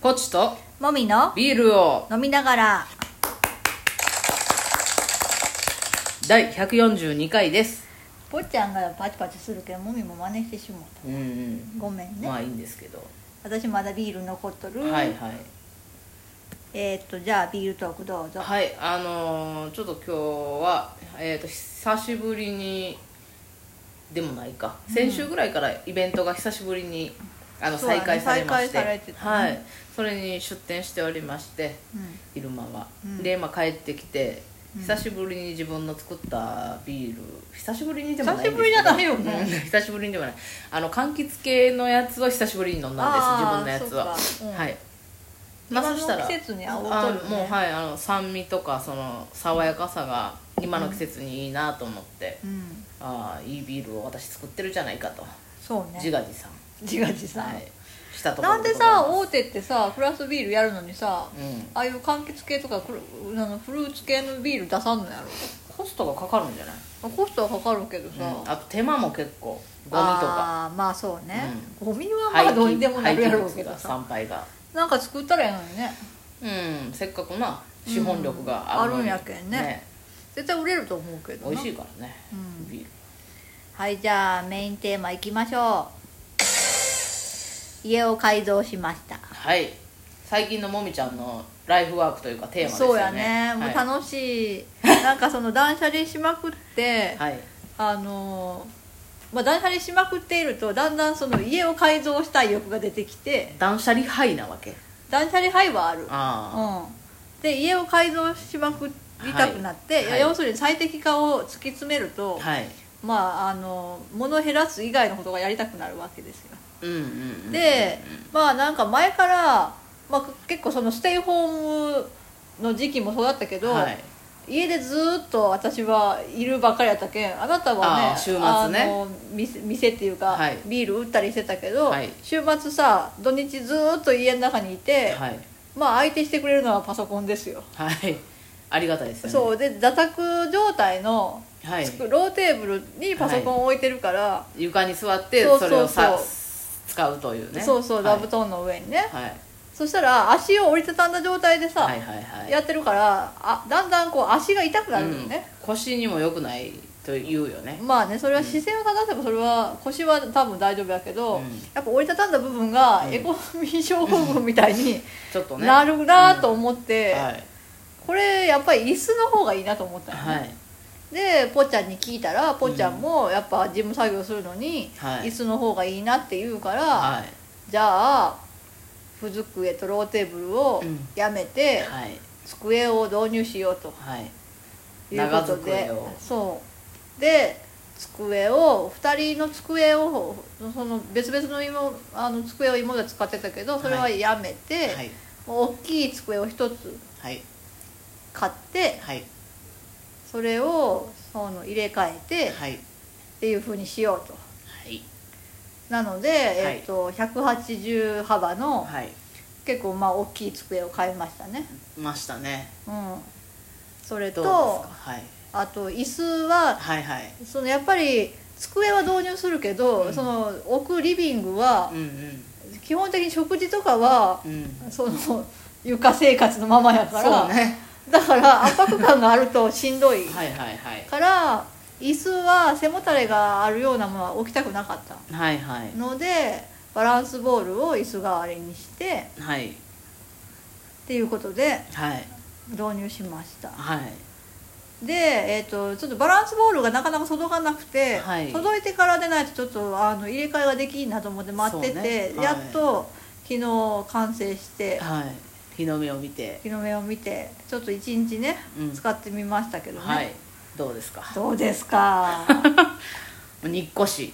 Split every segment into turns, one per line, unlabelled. ポチと
もみの
ビールを
飲みながら
第142回です
ぽっちゃんがパチパチするけどもみも真似してしもう
うんうん
たごめんね、
まあいいんですけど、
私まだビール残っとる、
はいはい
えーっとじゃあビールトークどうぞ
はいあのーちょっと今日は、えー、と久しぶりにでもないか先週ぐらいからイベントが久しぶりにあの
そうだ
再開
ね
されまして
再開されてたね
はい、それに出店しておりまして
うん
昼間は、
うん
で今帰ってきて久しぶりに自分の作ったビール久しぶりにでもないんですけど
久しぶりじゃないよね
うん久しぶりにでもないあの柑橘系のやつを久しぶりに飲んだんです自分のやつ
そ
は、
うかうん
はいまあ、そした
今
ら
の季節に合うと
あ
るね
もうはいあの酸味とかその爽やかさが今の季節にいいなと思って、
うん
ああいいビールを私作ってるじゃないかと
そうね
自画自賛、
自画自賛、
はい、したとこ
な
ろ
ん
で
で
ございます
さ大手ってさクラフトビールやるのにさ、
うん
ああいう柑橘系とかくるあのフルーツ系のビール出さんのやろ
コストがかかるんじゃない、
コストはかかるけどさ、
うんあと手間も結構ゴミとか
あーまあそうね、ゴミはま
廃
あ
棄
どうにでもなるやろうけ
廃棄物
ど
が
さ
参拝が
なんか作ったらええのにね
うんせっかくな資本力があるのに、
うんあるんやけんね絶対売れると思うけどな
美味しいからね、
うん
ビール
はいじゃあメインテーマいきましょう家を改造しました
はい最近のもみちゃんのライフワークというかテーマですよね
そうやね、もう
はい
楽しいなんかその断捨離しまくって、
はい
あのーまあ、断捨離しまくっているとだんだんその家を改造したい欲が出てきて
断捨離ハイなわけ
断捨離ハイはある
あ
うん、で家を改造しまくりたくなって、
はい
いや
はい
要するに最適化を突き詰める
あ
と、
はい
まああの物を減らす以外のことがやりたくなるわけですよ、
うんうんうん
でまあなんか前から、まあ、結構そのステイホームの時期もそうだったけど、
はい
家でずーっと私はいるばっかりやったけんあなた
あー
はね
週末ね
あの店店っていうか、
はい
ビール売ったりしてたけど、
はい
週末さ土日ずーっと家の中にいて、
はい
まあ相手してくれるのはパソコンですよ、
はいありがたいですよね
そうで座卓状態の
はい
つくローテーブルにパソコンを置いてるから、
床に座って
そう
そ
そう
れ
そ
を
う
さ使うというね
そうそう
は
座
い
布団の上にね、
はい
そしたら足を折りたたんだ状態でさ、
はいはいはい
やってるからあだんだんこう足が痛くなるよね、
うん、腰にも良くないと言うよね
まあねそれは姿勢を正せばそれは腰は多分大丈夫やけど、
うん
やっぱ折りたたんだ部分がエコノミー症候群みた いに
ちょっとね
なるなと思って、
はい
これやっぱり椅子の方がいいなと思ったよね、
はい
でぽっちゃんに聞いたらぽっちゃんもやっぱ事務作業するのに、
はい
椅子の方がいいなって言うから、
は
じゃあ不机とローテーブルを
うん
やめ
い
て、
はい
机を導入しようと
はい
いうこと
長机
で
を
そうで机を2人の机をその別々の今あの机を今まで使ってたけどそれはやめて、
はい
もう大きい机を1つ
はい
買って
はい
それをその入れ替えてっ
はい
ていうふうにしようと。
はい
なので、えっと180幅の
はい
結構まあ大きい机を買いましたね、
ましたね
うん、それ
ど
と
うですかはい
あと椅子は
はいはい
そのやっぱり机は導入するけど、
うん
その置くリビングは
うんうん
基本的に食事とかは
うん
その床生活のままやから
そうね
だから圧迫感があるとしんどい
はいはいはい
から椅子は背もたれがあるようなものは置きたくなかった
はいはい
のでバランスボールを椅子代わりにして。
はい
っていうことで
はい
導入しました
はい
で、えー、とちょっとバランスボールがなかなか届かなくて、
はい
届いてからでないとちょっとあの入れ替えができんなと思って待って
そ
て、
うねはい
やっと昨日完成して
はい日の目を見て
日の目を見てちょっと一日ね、
うん
使ってみましたけどね、
はいどうですか
どうですか
日光市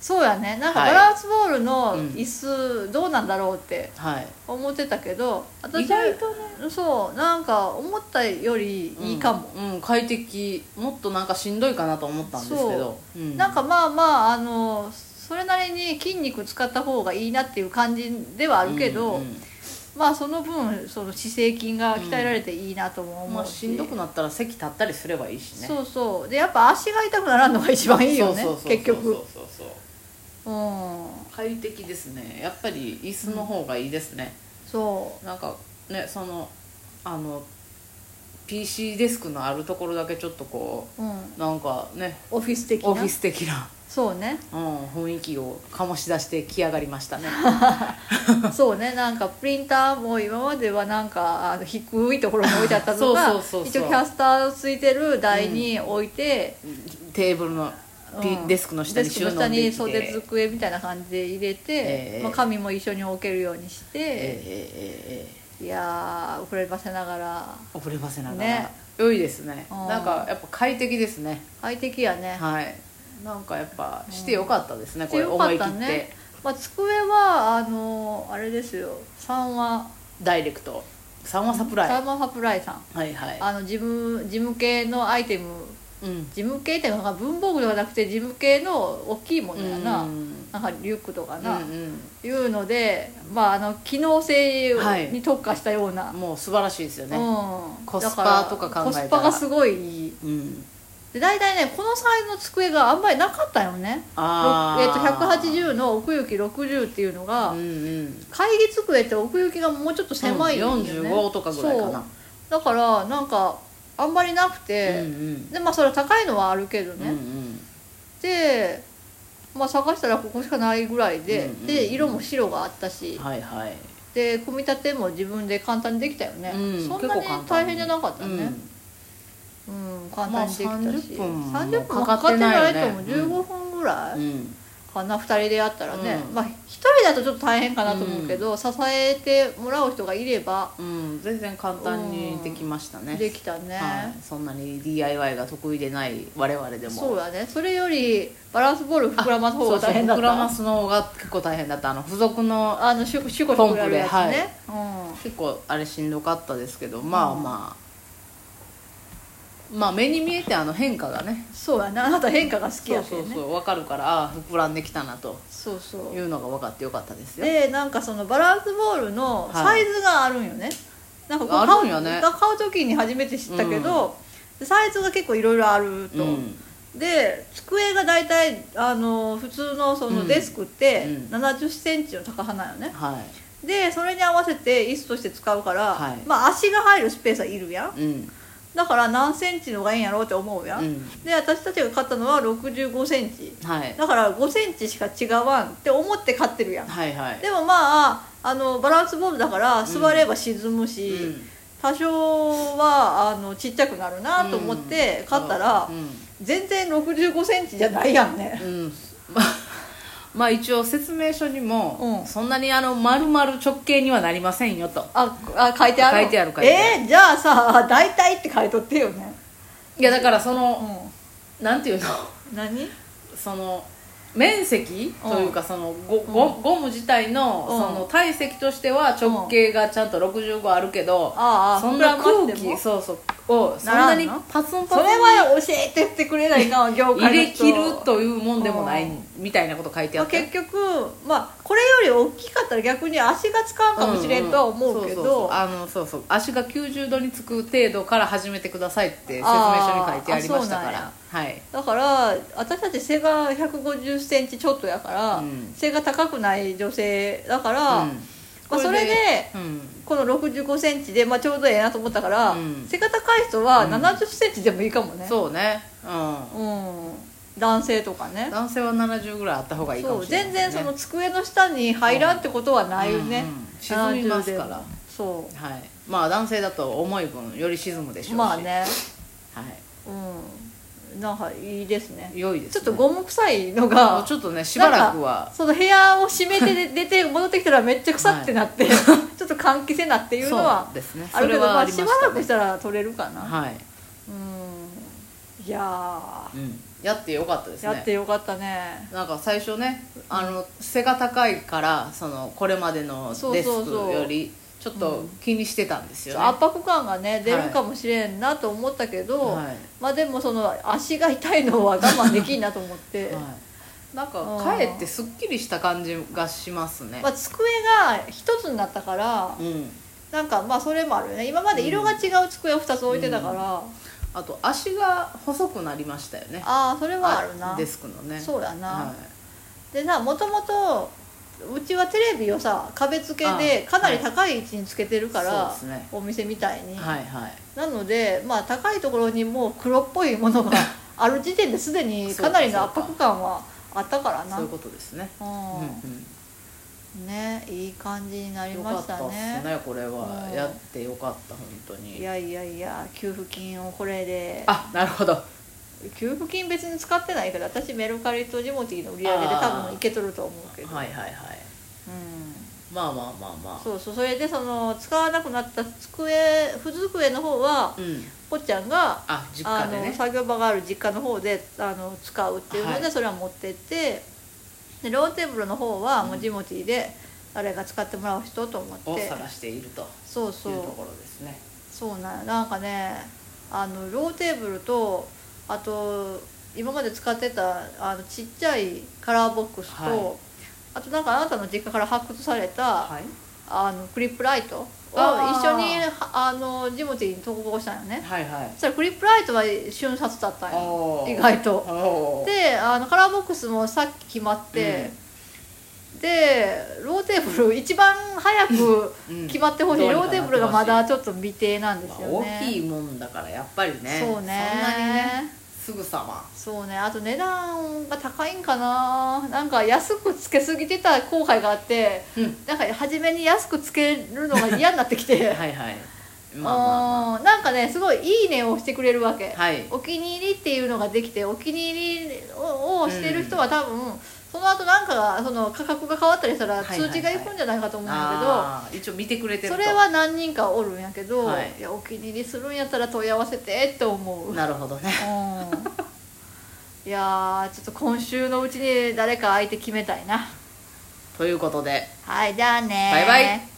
そうやねなんか
はい
バランスボールの
うん
椅子どうなんだろうって
はい
思ってたけど
意外とね
そうなんか思ったよりいいかも、
うん、うん快適もっとなんかしんどいかなと思ったんですけどう、ん、
なんかまあまああのそれなりに筋肉使った方がいいなっていう感じではあるけど、
うんうん
まあその分その姿勢筋が鍛えられていいなとも
ま
思
あ、
う
しんどくなったら席立ったりすればいいしね
そうそうでやっぱ足が痛くならんのが一番いいよね
そうそうそうそう
結局
そうそうそう
うん
快適ですねやっぱり椅子の方がいいですね、
そ
なんかねそのあの PC デスクのあるところだけちょっとこ
う、うん、
うなんかね
オフィス的な
オフィス的な、
そう ね
うん、雰囲気を醸し出してきやがりました ね
そうねなんかプリンターも今まではなんかあの低いところに置いてあった の
そ
が
うそうそうそう
一応キャスターついてる台に置いて、
テーブルの、ピ
うん
デスクの下に
デスク
収
の下
納で
に
きて
袖机みたいな感じで入れて、
ええ
まあ、紙も一緒に置けるようにして、
ええええええ
いやー遅ればせながら
遅ればせながら、
ね
良いですね
うん
なんかやっぱ快適ですね
快適やね、
はいなんかやっぱしてよかったですね、こ
して
れ
よ
思
か
い
っ
切
た
って、
ねまあ、机はあのあれですよ3話
ダイレクトサンマサプライ
サーマンハプライさん
はいはい
あの事務事務系のアイテム
うん
事務系っていうのが文房具ではなくて事務系の大きいも
う
のや
ん
な、
うん
なんかリュックとか
う
な、
ん
いうので、まあ、あの機能性を
はい
に特化したような、
もう素晴らしいですよね
うん、
コスパ
だら
とか考えたら
コスパがすごいいい
うん、
で大体ねこのサイズの机があんまりなかったよね
ああ
えっと180の奥行き60っていうのが、
うんうん
会議机って奥行きがもうちょっと狭いよね、
うん45とかぐらいかな
そうだからなんかあんまりなくて、
うんうん
でまあそれは高いのはあるけど
う
ね、
んうん
で、まあ、探したらここしかないぐらいで、
うんうんうん
で色も白があったし
はいはい
で組み立ても自分で簡単にできたよね、
うん
そん
結構
なに
簡単
大変じゃなかった
う
ね
ん
うん、簡単にできたし、
まあ30分
分も
か
か
か
か
っ
ってて
な
ないい
ね
と思う15分ぐら
う
い
ん
かな、2人でやったらね、
うん
まあ1人だとちょっと大変かなと思うけど、支えてもらう人がいれば
うん、全然簡単にできましたね
できたね、
はい、そんなに DIY が得意でない我々でも
そうだねそれよりバランスボール膨らます方が大変だっ
そうそう膨ら
た
ますのが結構大変だったあの付属の
あのシュコシュコシュコやるやつね、
結構あれしんどかったですけどまあまあ、まあ目に見えてあの変化がね
うん、そうやねあなた変化が好き
そ
や
う
けど
そう
ね
そう分かるからああ膨らんできたなと
そうそう
いうのが分かってよかったですよ
でなんかそのバランスボールのサイズがあるんよね、なんかこう
あ
買
る
うん
よね
買う時に初めて知ったけど、でサイズが結構いろいろあると、
うん
で机が大体あの普通のそのデスクって
うん
7 0ンチの高さなんよね
は
でそれに合わせて椅子として使うから、
はい
まあ足が入るスペースはいるやん
いうん
だから何センチのがいいんやろうって思うやん、
うん
で私たちが買ったのは6 5センチ
はい
だから5センチしか違わんって思って買ってるやん
はいはい
でもまああのバランスボールだから座れば沈むし、
うん
多少はあのちっちゃくなるなと思って買ったら、
う
全然6 5センチじゃないやんね、
ん、うんまあまあ一応説明書にも、
うん
そんなにあの丸々直径にはなりませんよと
ああ書いてある
書いてある書いてあ
えーじゃあさ大体って書いとってよね、
いやだからその、
う
なんていうの
ん、何
その面積というかそのゴゴゴム自体の
うん
その体積としては直径がちゃんと65あるけど
ああ
そんな
膨らま
空
して
気
も
そうそうをそん
なら
なん
の
にパツンパ
そ
ツ
れ
ン
は教えてってくれないかん業
に
界
入
の
れ
人
切るというもんでもない
うん
みたいなこと書いて
ま
あ
あ、
って
結局、まあ、これより大きかったら逆に足がつかんかもしれんとは思うけ
んんそうそうそう
ど
あのそうそう足が90度につく程度から始めてくださいって説明書に書いてありましたか
あーあ
らはい
だから私たち背が1 5 0ンチちょっとやから、
うん
背が高くない女性だから、
うん
まあ、それで
うん
この6 5センチで、まあ、ちょうどええなと思ったから、
うん
背が高い人は
うん
7 0ンチでもいいかもね、
そうねうん
うん男性とかね
男性は70ぐらいあった方がいいか
そ
も
う
しれない、
全
ね、
然その机の下に入らんってことはないよ
う
ね、
んうん沈みますから
70そ
はいまあ男性だと重い分より沈むでしょうし
うまあ、ね
はい、
うんなんかいいですね
良いです、
ちょ
ね、
っとゴム臭いの
もう
が
ちょっとねしばらく
なん
は
かその部屋を閉めてで出て戻ってきたらめっちゃ腐ってなって、 ちょっと換気せなっていうのは
そうですね
あるけど
それは
ま
あ
あ
りま
し
した
ば
ね
らくしたら取れるかな、
はい、
うんいやー
うん、やってよかったですね
やってよかったね
なんか最初ねあの背が高いからそのこれまでの
そう
デス
そう
ク
そう
よりちょっと気にしてたんですよね、
圧迫感がね出るかもしれんなと思ったけど、
はい
まあでもその足が痛いのは我慢できんなと思って、
はい、なんかかえってすっきりした感じがしますね、
まあ、机が一つになったから
うん
なんかまあそれもあるよね今まで色が違う机を2つ置いてたから、
あと足が細くなりましたよね
ああそれはあるな
デスクのね
そうだな、
は
でさもともとうちはテレビをさ壁付けで
あ
かなり高い位置につけてるから、
そうですね
お店みたいに、
はいはい
なのでまあ高いところにもう黒っぽいものがある時点ですでにかなりの圧迫感はあったからな
そういうことですねうんうん
うん、ねいい感じになり
よ
ま
か
し
った
た
っ
ね
すねこれは
うん
やってよかった本当
い
に
やいやいや給付金をこれで
あなるほど
給付金別に使ってないけど私メルカリとジモティーの売り上げで
あー
多分いけとると思うけど、
はいはいはい
うん
まあまあまあま
そうそうそれでその使わなくなった机不机の方は
あうん
ぽっちゃんが、
あ実
あ
家で
の
ね
作業場がある実家の方であの使うっていうの
は
で
い
それは持ってって、でローテーブルの方はもうジモティーで誰が使ってもらう人と思っ
を
て
探していると
そうそ
いううところですね
そうなんやなんかねあのローテーブルとあと今まで使ってたあのちっちゃいカラーボックスと、
はい
あとなんかあなたの実家から発掘された、
はい
あのクリップライトを一
あー
緒にはあのジモティーに投稿したんよね
はいはい
そしたらクリップライトは瞬殺だったんよ
おー
意外と
おー
であのカラーボックスもさっき決まって、でローテーブル一番早く
うん
決まってほしい、
うん
ローテーブルがまだちょっと未定なんです
まあ
よね、
大きいもんだからやっぱりね
そうね
そんなにねすぐさま
そうねあと値段が高いんかななんか安くつけすぎてた後悔があって、
うん
なんか初めに安くつけるのが嫌になってきて
はいはいまあまあま
うんなんかねすごい「いいね」を押してくれるわけ、
あはい
お気に入りっていうのができてお気に入りををしてる人は多分、その後なんかがその価格が変わったりしたら
はいはいは
通
い
知がいくんじゃないかと思うんだけど、
あー一応見てくれてる
そ
と
れは何人かおるんやけど、
はい
い、やお気に入りするんやったら問い合わせてって思う、うん、
なるほどね
いやーちょっと今週のうちに誰か相手決めたいな
ということで
はいじゃあねー
バイバイ